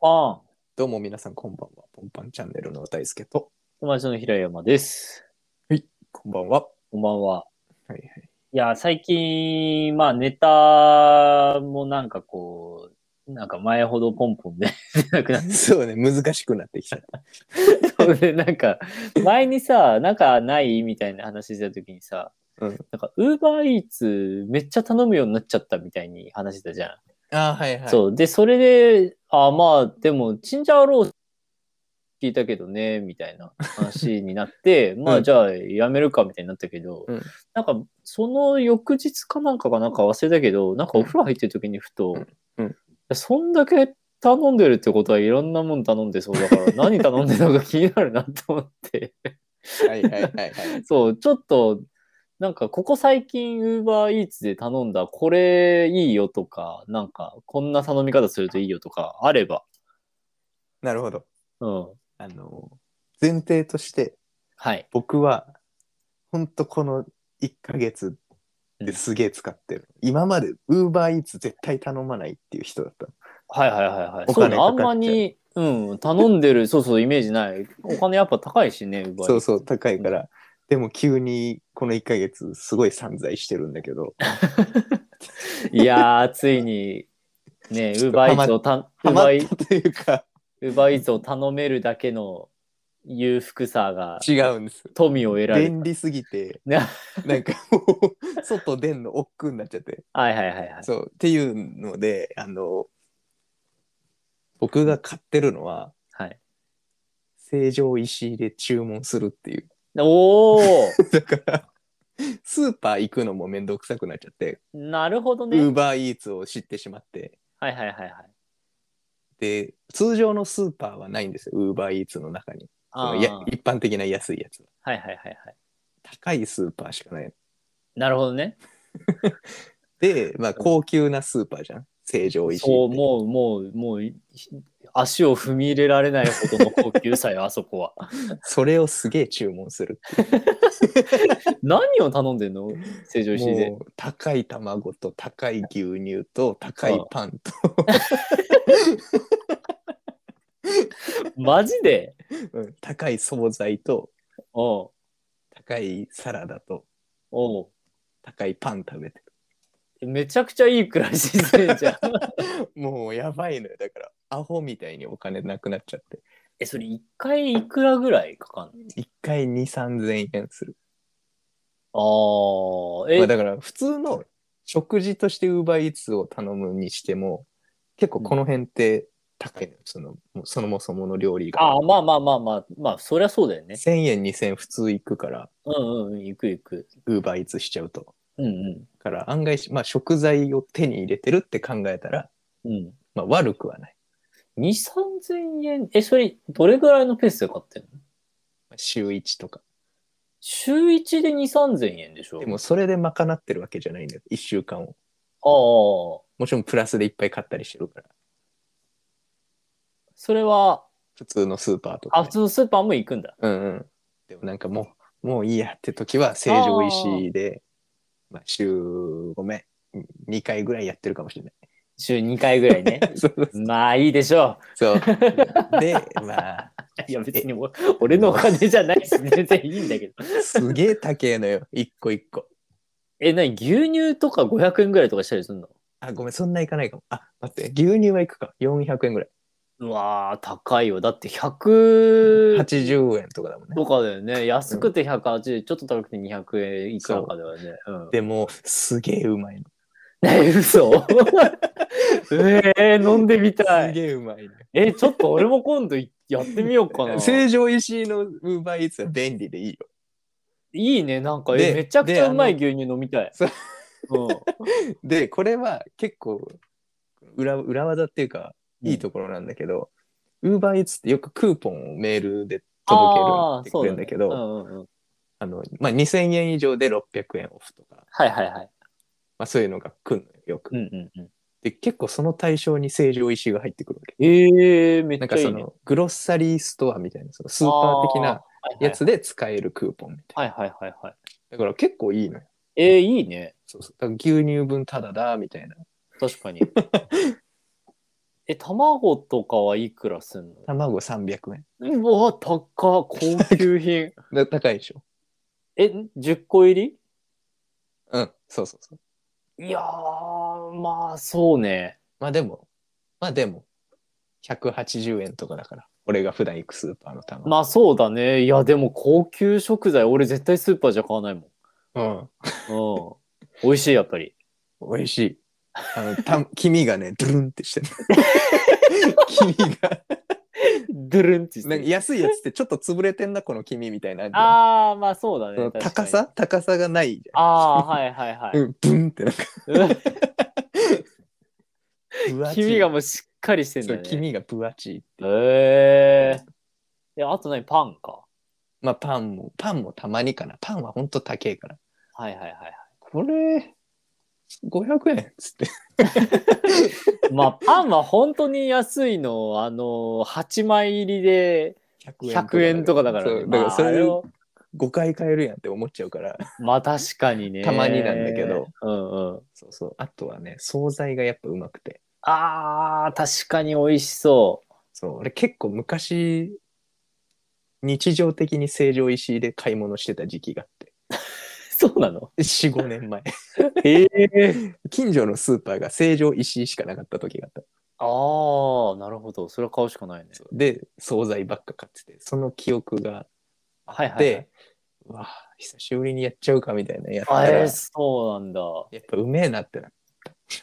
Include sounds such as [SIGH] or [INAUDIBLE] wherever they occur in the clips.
ああ、どうも皆さんこんばんは。ポンパンチャンネルの大輔と。友達の平山です。こんばんは。こんばんは。はいはい。いや、最近、まあネタもなんかこう、なんか前ほどポンポンで [LAUGHS] なくなっ [LAUGHS] そうね、難しくなってきちゃった。たので、なんか前にさ、なんかないみたいな話してた時にさ、うんなんかウーバーイーツめっちゃ頼むようになっちゃったみたいに話してたじゃん。ああ、はいはい。う。そう。で、それで、あまあ、でも、チンジャーロース聞いたけどね、みたいな話にな [LAUGHS] って、まうあ、んじゃあ、やめるか、みたいになったけど、うんなんか、その翌日かなんかがなんか忘れたけど、なんかお風呂入ってる時にふと、うんうんそんだけ頼んでるってことはいろんなもん頼んでそうだから、何頼んでるのか気になるなと思って、はいはいはいはい。そう、ちょっと、なんかここ最近 UberEats で頼んだこれいいよとかなんかこんな頼み方するといいよとかあれば、なるほど。うん、あの、前提としてはい僕は、ほんとこの1ヶ月ですげえ使ってる。今まで Uber Eats 絶対頼まないっていう人だった。はいはいはいはいお金そうかかっねちゃあうんまり、うん、頼んでるそうそうイメージないお金やっぱ高いしね UberEats そうそう、高いから。でも急にこの1ヶ月すごい散財してるんだけど、いやーついにねちょっとハマ UberEats をたハマ Uber ったというか、 UberEats を頼めるだけの裕福さが [LAUGHS] 違うんです。富を得られる便利すぎて、ねなんかもう、外出んの億劫になっちゃって。はいはいはいはいそうっていうのであの僕が買ってるのははい成城石井で注文するっていう [LAUGHS] おおだからスーパー行くのも面倒くさくなっちゃってなるほどねウーバーイーツを知ってしまってはいはいはいはいで通常のスーパーはないんですよウーバーイーツの中にそあのーや一般的な安いやつははいはいはいはい。高いスーパーしかないなるほどね。で、まあ、高級なスーパーじゃん成城石井ってそう、もう、もう、もう、い足を踏み入れられないほどの高級さよ、あそこ [LAUGHS] は。それをすげえ注文する何を頼んでんの成城石井で。もう高い卵と高い牛乳と高いパンとマジでうん高い惣菜とおう高いサラダとおう高いパン食べてめちゃくちゃいい暮らししてんじゃ [LAUGHS] ん。るもうやばいのよだからアホみたいにお金なくなっちゃってえ、それ一回いくらぐらいかかんの1回2 3 0 0円する、ああ、え、まあ、だから普通の食事としてウーバーイーツを頼むにしても結構この辺って高いのよそのもうそのもそもの料理があーまあまあまあまあ、まあ、そりゃそうだよね。 1000円2000円普通行くからうんうん、行く行く。ウーバーイーツしちゃうとうんうだから案外し、まあ、食材を手に入れてるって考えたら、ん。うん。まあ、悪くはない2、3000円。え、それ、どれぐらいのペースで買ってんの週1とか週1で2、3000円でしょでもそれで賄ってるわけじゃないんだよ1週間をああ、もちろんプラスでいっぱい買ったりしてるからそれは、普通のスーパーとかあ、ね、普通のスーパーも行くんだ。うんうんでもなんかもうもういいやって時は成城石井でまあ、週ごめん2回ぐらいやってるかもしれない週2回ぐらいね。 [LAUGHS] そうまあいいでしょそうでまあう。いや別にお [LAUGHS] 俺のお金じゃないし、全然いいんだけど。 [LAUGHS] すげえ高えのよ一個一個え、なに牛乳とか500円ぐらいとかしたりするのあごめんそんないかないかもあ待って牛乳はいくか400円ぐらいうわー、高いよ。だって100 80円とかだもんねとかだよね。安くて180、ちょっと高くて200円いくらかだよね。うん。でもすげえうまいの [LAUGHS] え、嘘 [LAUGHS] えー、飲んでみたすい。げえうまいのえ、ちょっと俺も今度いやってみよう [LAUGHS] かな。成城石井のウーバーイーツは便利でいいよ。いいね、なんか、えでめちゃくちゃうまいで牛乳飲みたい。そう [LAUGHS] うん、で、これは結構裏裏技っていうか、いいところなんだけど、ウーバーイーツってよくクーポンをメールであ届けるーってくれるんだけど、そうねうんうんうん。あのまあ、2000円以上で600円オフとか、はいはいはい。まあ、そういうのが来るのよ、よく。うんうんうん、で、結構その対象に成城石井が入ってくるわけ。えー、めっなんちかゃいそい、ね。のグロッサリーストアみたいな、そのスーパー的なやつで使えるクーポンみたいはいはいはいはい。な。だから結構いいのよ。えー、いいね。そうそうだから牛乳分タダだみたいな。確かに。 [LAUGHS] え、卵とかはいくらすんの卵300円。うわ、高っ、高級品。 [LAUGHS] だ高いでしょ。え、10個入うん、そうそうそう。りいやー、まあ、そうね。まあでも、まあでも、180円とかだから、俺が普段行くスーパーの卵。まあ、そうだね。いや、でも高級食材、俺絶対スーパーじゃ買わないもん。うん。美味しい、やっぱり。うん、美味しい。あの、た、 [LAUGHS] 黄身がね、ドゥルンって [LAUGHS] してる。黄身が。ドゥルンってなんか安いやつってちょっと潰れてんな、この黄身みたいな。あー、まあ、そうだそねの。確かに高さ高さがないじあー、はいはいゃん。はうん、ブンってなんか。い。分厚い [LAUGHS] 黄身がもうしっかりしてんそだうよ黄ね。身が分厚い。へえー。え、あと何パンか。まあパンも、パンもたまにかな。パンはほんと高えから。はいはいはいはい。これ、500円っつ [LAUGHS] って。 [LAUGHS] まあ、パンは本当に安いの、あの、8枚入りで100円とかだからね、そうだからそれまあを5回買えるやんって思っちゃうから。 [LAUGHS] まあ確かにね。たまになんだけど。うんうん。そうそう。あとはね、惣菜がやっぱうまくて。あー、確かに美味しそそう。俺結構昔、日常的に成城石井で買い物してた時期があって。う。そうなの4、5年 [LAUGHS] 前。ええ [LAUGHS] 近所のスーパーが成城石井しかなかった時があった。あー、なるほど。それは買うしかないね。で、惣菜ばっか買ってて、その記憶がはいはい、はいで。、うわ久しぶりにやっちゃうかみたいなやったあら、えー、やそうなんだ。っぱうめえなってな。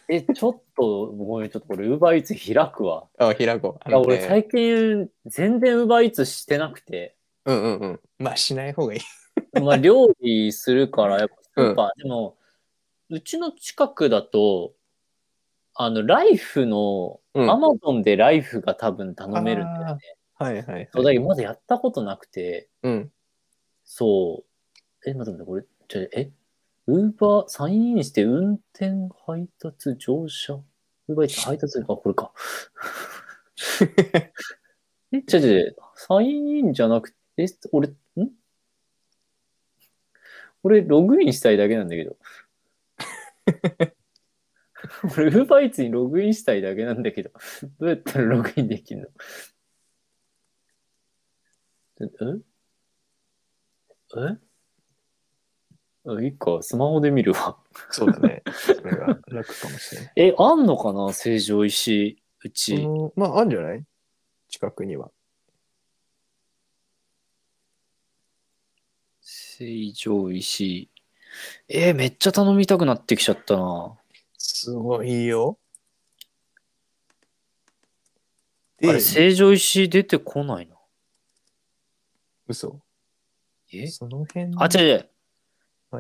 え、ちょっと、ごめん、ちょっとこれ、ウーバーイーツ開くわ。あ、平子。あいや、のね俺最近、全然ウーバーイーツしてなくて。うんうんうん。まあしない方がいい。 [LAUGHS] まあ、料理するから、やっぱスーパー。でも、うちの近くだと、あの、ライフの、うんアマゾンでライフが多分頼めるんだよね。はいはいはい。そうだけど、まだやったことなくて、うん。そう。え、待って待って、これ、ちょ、え、ウーバー、サインインして運転、配達、乗車、ウーバーイーツ配達か、これか。 [LAUGHS] え、ちょちょちょ、サインインじゃなくて、え、俺、ん俺、ログインしたいだけなんだけど。 [LAUGHS] 俺、ウーバーイーツにログインしたいだけなんだけど、どうやったらログインで [LAUGHS] きるのええあいいか、スマホで見るわ。 [LAUGHS] そうだね。それが楽かもしれない。え、あんのかな成城石井、うそち。のまああるんじゃない近くには。成城石井。えーめっちゃ頼みたくなってきちゃったな。すごいよ。あでれ、、成城石井出てこないな。嘘。えその辺あ、違う違う。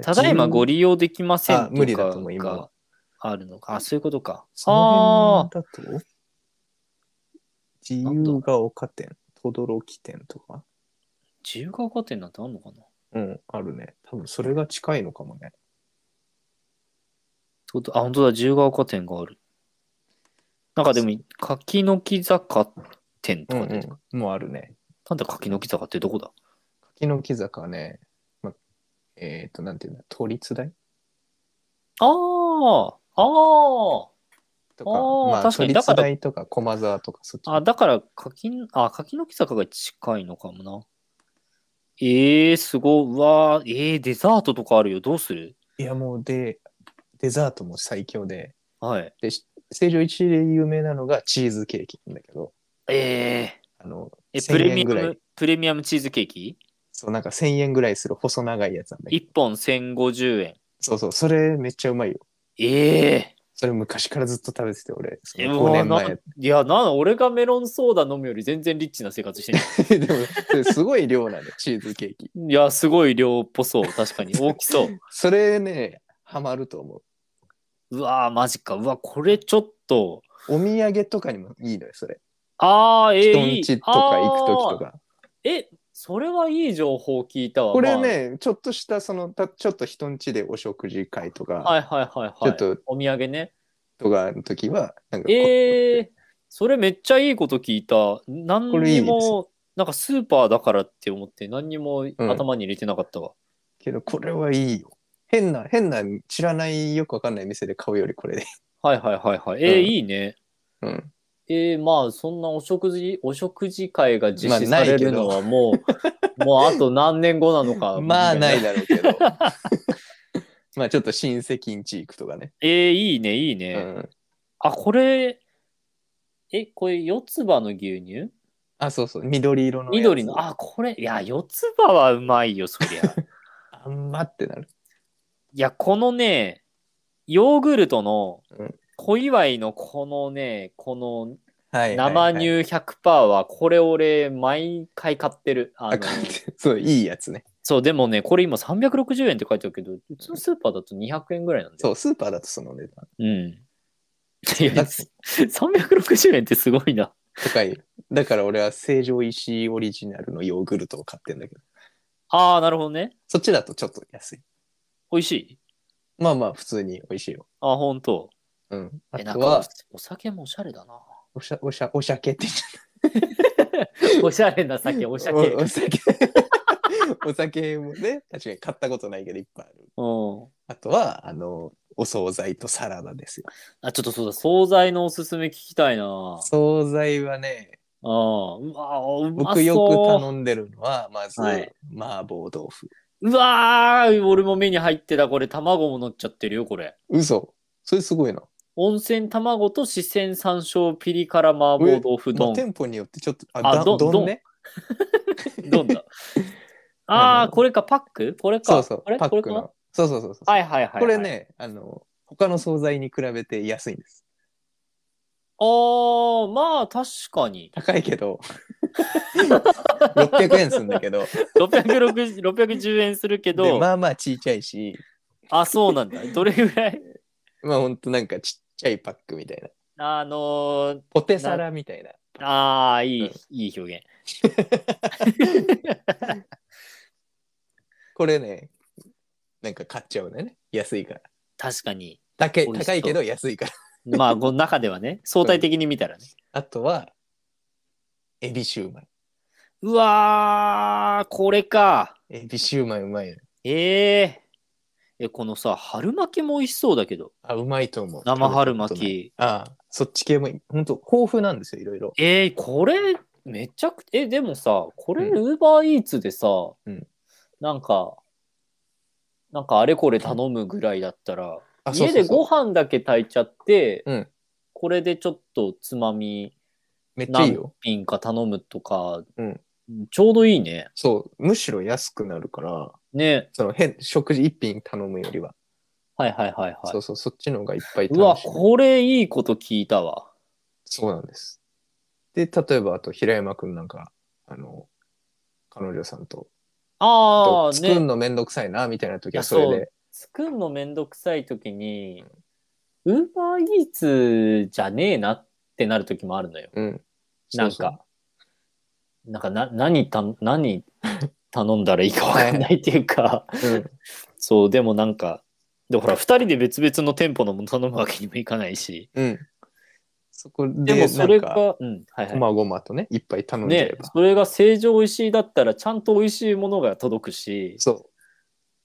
ただいまご利用できませんとあか無理だと思う今があるのか。あ、そういうことか。そのああ、辺だと、自由が丘店、等々力店とか、自由が丘店なんてあんのかなうん、あるね。多分それが近いのかもね。ちょっとあ、本当だ、自由が丘店がある。なんかでも、柿の木坂店とか出てくるうん、もうあるね。なんだ柿の木坂ってどこだ柿の木坂はね、ま、えっ、と、なんていうんだ、都立大あああとか、あーまあ、確か都にだ立から大とか駒沢とかそっち。ああ、だから柿の、あ、柿の木坂が近いのかもな。ええー、すごい。うわーええー、デザートとかあるよ。どうするいや、もうで、デザートも最強で、はい。で、し成城一で有名なのがチーズケーキなんだけど、ええあの、え、 1000プレミ円アぐらいム、プレミアムチーズケーキそう、なんか1000円ぐらいする細長いやつなんだけど、 ?1 本1050円。そうそう、それめっちゃうまいよ。ええそれ昔からずっと食べてて、俺。 [LAUGHS] そえの5年うわな前。いや、なん、俺がメロンソーダ飲むより全然リッチな生活してる。でも、それすごい量なの、チーズケーキ。いや、すごい量っぽそう。確 [LAUGHS] かに。大きそう。それね、ハマると思うわーマジか。うわ、これちょっと。う。お土産とかにもいいのよ、それ。ああ、ええ人んいいちとか行くときとあーか。え、それはいい情報聞いたわ。これね、ちょっとした、その、たちょっと人んちでお食事会とまあ、はか、いはいはいはい。ちょっとお土産ね。とかの時は、なんかこ、えー、それめっちゃいいこと聞いた。何これいにいですも、なんかスーパーだからって思って、何にも頭に入れてなかったわ。けど、これはいいよ。変な、変な、知らない、よくわかんない店で買うよりこれで。はいはいはいはい。えーうんいいね。うん。ええー、まあそんなお食事お食事会が実施まあさないれけるどのはも [LAUGHS] う、もうあと何年後なのか。。まあないいだろうけど。 [LAUGHS] まあちょっと親戚んち行くとかね。えー、いいねいいね。うん。あこれえこれ四つ葉の牛乳あ、そうそう。緑色のやつ。緑のあこれいや四つ葉はうまいよそり [LAUGHS] ゃ。あんまってなる。いや、このね、ヨーグルトのうん小祝いのこのね、このはいはいは生い。乳100%は、これ俺、毎回買ってる。ああのかんってそう、いいやつね。そう、でもね、これ今360円って書いてあるけど、普通のスーパーだと200円ぐらいなんだそよ。う、スーパーだとその値段。う [LAUGHS] ん。いや、だ360円ってすごいな。高い。だから俺は成城石井オリジナルのヨーグルトを買ってんだけど。ああ、なるほどね。そっちだとちょっと安い。美味しい。まあまあ、普通に美味しいよ。あ、ほんと。うん。あえ、なんとかは、お、お酒もおしゃれだな。おしゃ、おしゃ、おしゃけって言っちゃったおしゃれな酒、お酒。おお酒。 [LAUGHS] お酒もね、確かに買ったことないけどいっぱいある。うん。あとは、あの、お惣菜とサラダですよ。あ、ちょっとそうだ、惣菜のおすすめ聞きたいな。惣菜はね、ああ、うわあ、うまそう。僕よく頼んでるのは、まず、はい麻婆豆腐。うわあ、俺も目に入ってた。これ、卵も乗っちゃってるよ、これ。嘘それすごいな。温泉卵と四川山椒ピリ辛麻婆豆腐まあ、丼。店舗によってちょっと、ああ、どどんんどんね。 [LAUGHS] 丼だ。[LAUGHS] あああ、のこれか、パックこれか。そうそうこれ、パックこれかの。そうそうそうそう。はいはいはい、はい。これ。ね、あの、他の惣菜に比べて安いん [LAUGHS] です。ああ、まあ、確かに。高いけど、600円するんだけ [LAUGHS] ど、 660 610円するけでど、まあまあちっちゃいし、あ、そうなんだ。どれぐらいまあほんとなんかちっちゃいパックみたいな。あのポテサラみたいな。ー、ああ、いい、うんいい表現。これね、なんか買っちゃうんだよね。安いから。確かに。高い美味しそう高いけど安いから。 [LAUGHS] まあ、この中ではね、相対的に見たらね。あとは、エビシューマイ。うわー、これか。エビシューマイうまいよ。えええ、このさ、春巻きも美味しそうだけど。あ、うまいと思う。生春食べた巻ことない。き。ああ、そっち系もいい。ほんと、豊富なんですよ、いろいろ。えー、これ、めちゃくえ、でもさ、これ、うウーバーイーツでさ、うんなんか、なんかあれこれ頼むぐらいだったら、あ家でご飯飯だけ炊いちゃって、うんこれでちょっとつまみめっちゃいいよ何。品か頼むとか、うんちょうどいいね。そう、むしろ安くなるから、ね。その変、食事一品頼むよりは、はいはいはいはそ。いうそう、そっちの方がいっぱい楽しうわ、めるこれいいこと聞いたわ。そうなんです。で、例えば、あと、平山くんなんか、あの、彼女さんと、ああ、作んね。のめんどくさいな、みたいな時いやは、それそで、作んのめんどくさい時に、ウーバーイーツじゃねえなってなる時もあるのよ。うん。なんかそうそうなんかな、何た、何頼んだらいいかわかんないっていうか、うん [LAUGHS] そう、でもなんか、で、ほら、二人で別々の店舗のもの頼むわけにもいかないし、うん。そこでで、もそれなんか、が、うん、はいこはまごまとね、いっぱい頼い。んじゃねえば。、それが成城石井だったら、ちゃんと美味しいものが届くし、そ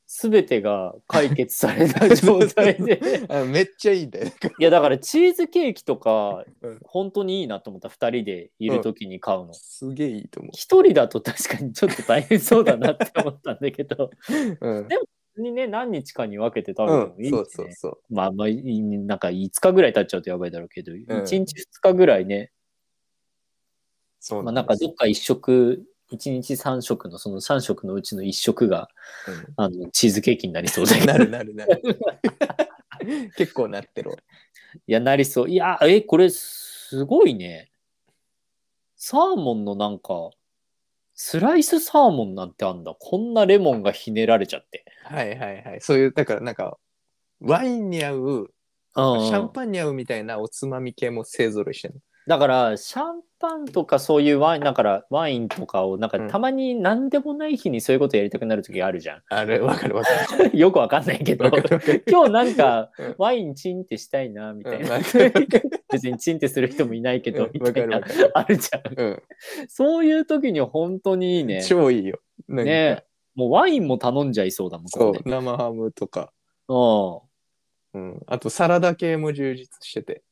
すべてが解決され [LAUGHS] た状態で。う。あめっちゃいいんだよ。いやだからチーズケーキとかうん本当にいいなと思った2人でいる時に買うの、すげえいいと思一1人だと確かにちょっと大変そうだなって思ったんだ [LAUGHS] けどう。うん。にね何日かに分けて食べてもういいん、しねそうそうそう。まあまあいいなんか5日ぐらい経っちゃうとやばいだろうけど、ん1日2日ぐらいね、そうまあ、ななんんかですどっか1食1日3食のその3食のうちの1食があのチーズケーキになりそうだけうん [LAUGHS] どなるなるなる。結構なってる。いや、なりそう。いや、え、これ、すごいね。サーモンのなんか、スライスサーモンなんてあんだ。こんなレモンがひねられちゃって。はいはいはい。そういう、だからなんか、ワインに合う、うシんうんャンパンに合うみたいなおつまみ系も勢ぞろいしてる。だから、シャンパンとかそういうワイン、だからワインとかを、なんかうんたまに何でもない日にそういうことやりたくなる時あるじゃあれ、わかるわかる。ん。 [LAUGHS] よくわかんないけどわか。るわかる。今日なんかうんワインチンってしたいな、みたいなうんわかるわか。 [LAUGHS] 別にチンってする人もいないけど、うみんわたかいるわなかる。あるじゃん。うん。そういう時に本当にいいね。超いいよ。なんかねもうワインも頼んじゃいそうだもん、そこうれ、ね。生ハムとか。うん。うん。あと、サラダ系も充実してて。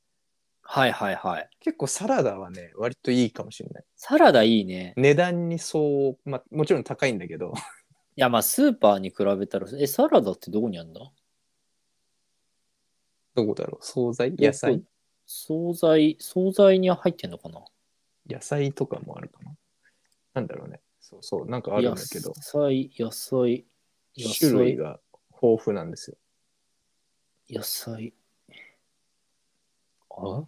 はいはいはい。結構サラダはね、割といいかもしれない。サラダいいね。値段にそう、まあもちろん高いんだけど、いやまあスーパーに比べたら、え、サラダってどこにあるんだどこだろう惣菜野菜惣菜、惣菜に入ってんのかな野菜とかもあるかななんだろうね。そうそう、なんかあるんだけど、野菜、野菜、野種類菜、が豊富なんですよ。野菜。あ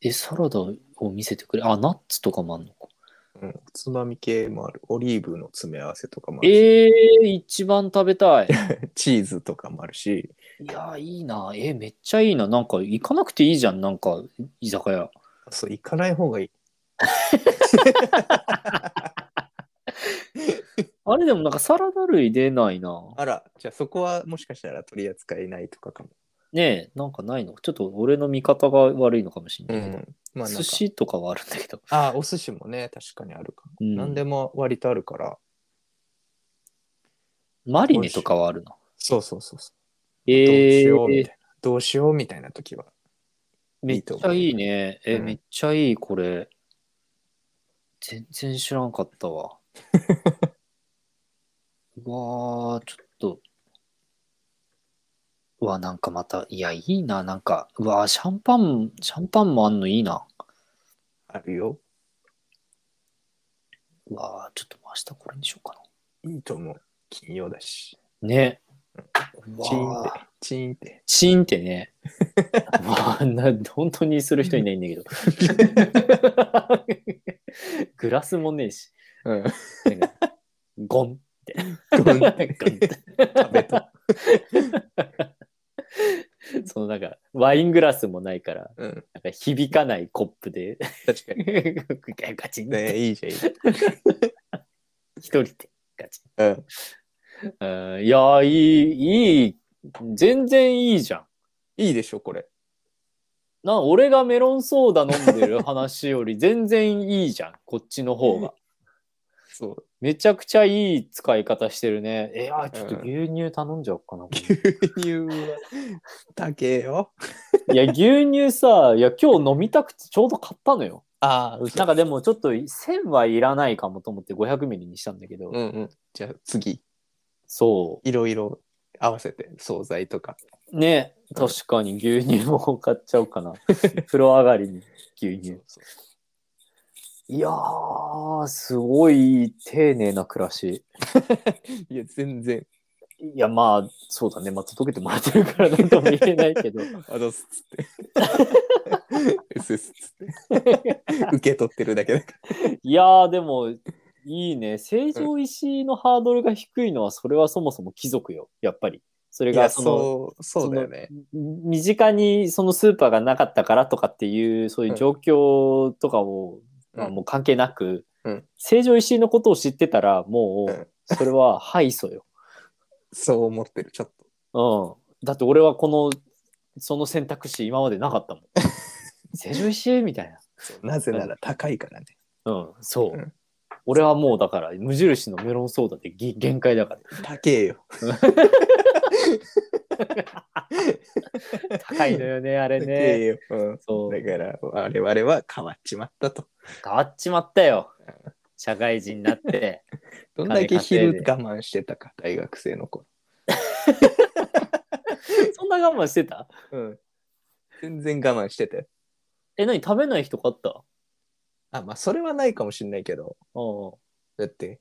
え、サラダを見せてくれ。あ、ナッツとかもあんのか。うん、おつまみ系もある。オリーブの詰め合わせとかもあるし、えー、一番食べたい。チーズとかもあるし、いや、いいな。え、めっちゃいいな。なんか、行かなくていいじゃん。なんか、居酒屋。そう、行かない方がいい。あれでもなんかサラダ類出ないな。あら、じゃあそこはもしかしたら取り扱いないとかかも。ねえ、なんかないの。ちょっと俺の見方が悪いのかもしれないけど。。まあなんか寿司とかはあるんだけど。ああ、お寿司もね、確かにあるかも。うん何でも割とあるから。マリネとかはあるな。そうそうそうそう。えどうしよえうみたいな。どうしようみたいな時は。めっちゃいいね。え、うんめっちゃいい、これ。全然知らんかっ [LAUGHS] たわ。うわー、ちょっと。うわ、なんかまた、いや、いいな、なんか。うわー、シャンパン、シャンパンもあんのいいな。あるよ。うわー、ちょっと明日これにしようかいいと思う。金曜だし。な。ね。うチーンっわてー。、チーンって。チーンってね。まあ、な本当にする人いないんだけ [LAUGHS] ど。グラスもねえし。うん。なんかゴン。ごめんゴンって食べた。そのなんか、ワイングラスもないから、うん。なんか響かないコップで、確 [LAUGHS] かに。ガチンって、ねいいじゃん、いいじ一人でガチン。ゃん。うん。うんいやー、いい、いい、全然いいじゃん。いいでしょ、これ。な俺がメロンソーダ飲んでる話より全然いいじゃん、こっちの方が。そう。めちゃくちゃいい使い方してるね。えあちょっと牛乳頼んじゃおうかな。これ牛乳は、高えよ。いや、 [LAUGHS] 牛乳さ、いや、今日飲みたくてちょうど買ったのよ。ああ、嘘なんかでもちょっと1000はいらないかもと思って500ミリにしたんだけど、うんうん。じゃあ次、そいろいろ合わせて、惣菜とか。う。ね、確かに牛乳も買っちゃおう [LAUGHS] かな。風呂上がりに牛乳。そうそいやー、すごい丁寧な暮らし。ういや、全然。いや、まあ、そうだね。まあ、届けてもらってるからなんとも言えないけど。あどすっつ [LAUGHS] って。うすっつって。受け取ってるだけだかいやー、でも、い [LAUGHS] いね。成城石井のハードルが低いのは、それはそもそも貴族よ。やっぱり。それら。いがや、その、そう、そうだよね。その身近にそのスーパーがなかったからとかっていうそういう状況とかを、うんまあ、もう関係なく、うん成城石井のことを知ってたらもううんそれは敗訴よ、そう思ってる、ちょっと。うん、だって俺はこのその選択肢今までなかっ [LAUGHS] たもん成城石井みたいそうなぜなら高いからね。なうんそう、うん俺はもうだから無印のメロンソーダでぎ限界だか高えよ。ら高いのよねあれ高えねよ。うんそうだから、我々は変わっちまったと。変わっちまった [LAUGHS] よ社会人になってどんだけ金昼稼我慢してたか、大学生の頃。そんな我慢してたうん。全然我慢してたよ。え、何食べない人買ったあ、まあ、それはないかもしれないけど、うだん。って、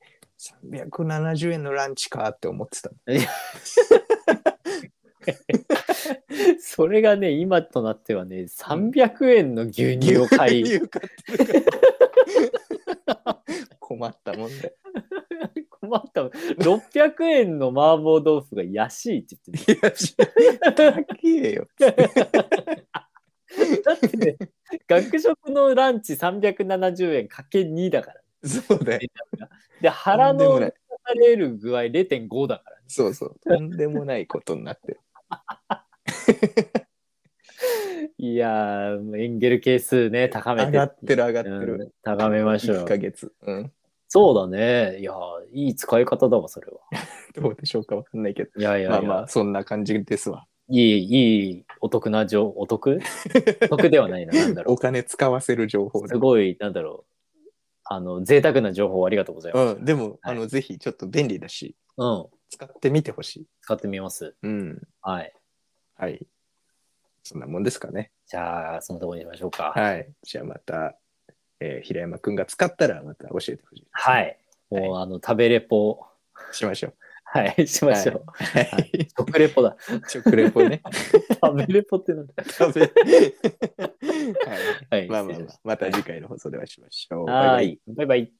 370円のランチかって思ってた。 [LAUGHS] それがね、今となってはね、300円の牛乳を買 [LAUGHS] い、牛買ってるから困ったもんで。 [LAUGHS] 困った。600円の麻婆豆腐が安いって言っていや、高えよ。る。だってね、学食のランチ370円かけ2だから。そうだよ。で、腹とんでのもな出いされる具合0.5だから。そうそう。とんでもないことになってる。いやー、エンゲル係数ね、高め [LAUGHS] 上て。がってる上がってる。うん高めましょ1う。ヶ月。うん。そうだね。いやー、いい使い方だわ、それは。どうでしょうかわかんないけど。いやいやいや。まあまあ、そんな感じですわ。いい、いい、お得な情、お [LAUGHS] 得お得ではないな、なんだろお金使わせる情報う。ですごい、なんだろう。あの、贅沢な情報ありがとうございます。うん、でも、はいあの、ぜひちょっと便利だし、うん、使ってみてほしい。使ってみます。うん。はい。はい。そんなもんですかね。じゃあ、そのとこにしましょうか。はい。じゃあまた、えー平山くんが使ったらまた教えてほしい。はい。もう、あの、食べレポ、しましょう。はい、しましょう。はい。食レポだ。食レポね。 [LAUGHS] 食べレポってなんだ。食べはい。 [LAUGHS] はい。まあまあま失礼しあ、また次回の放送でお会いしましょう。たバイバはイい。バイバイ。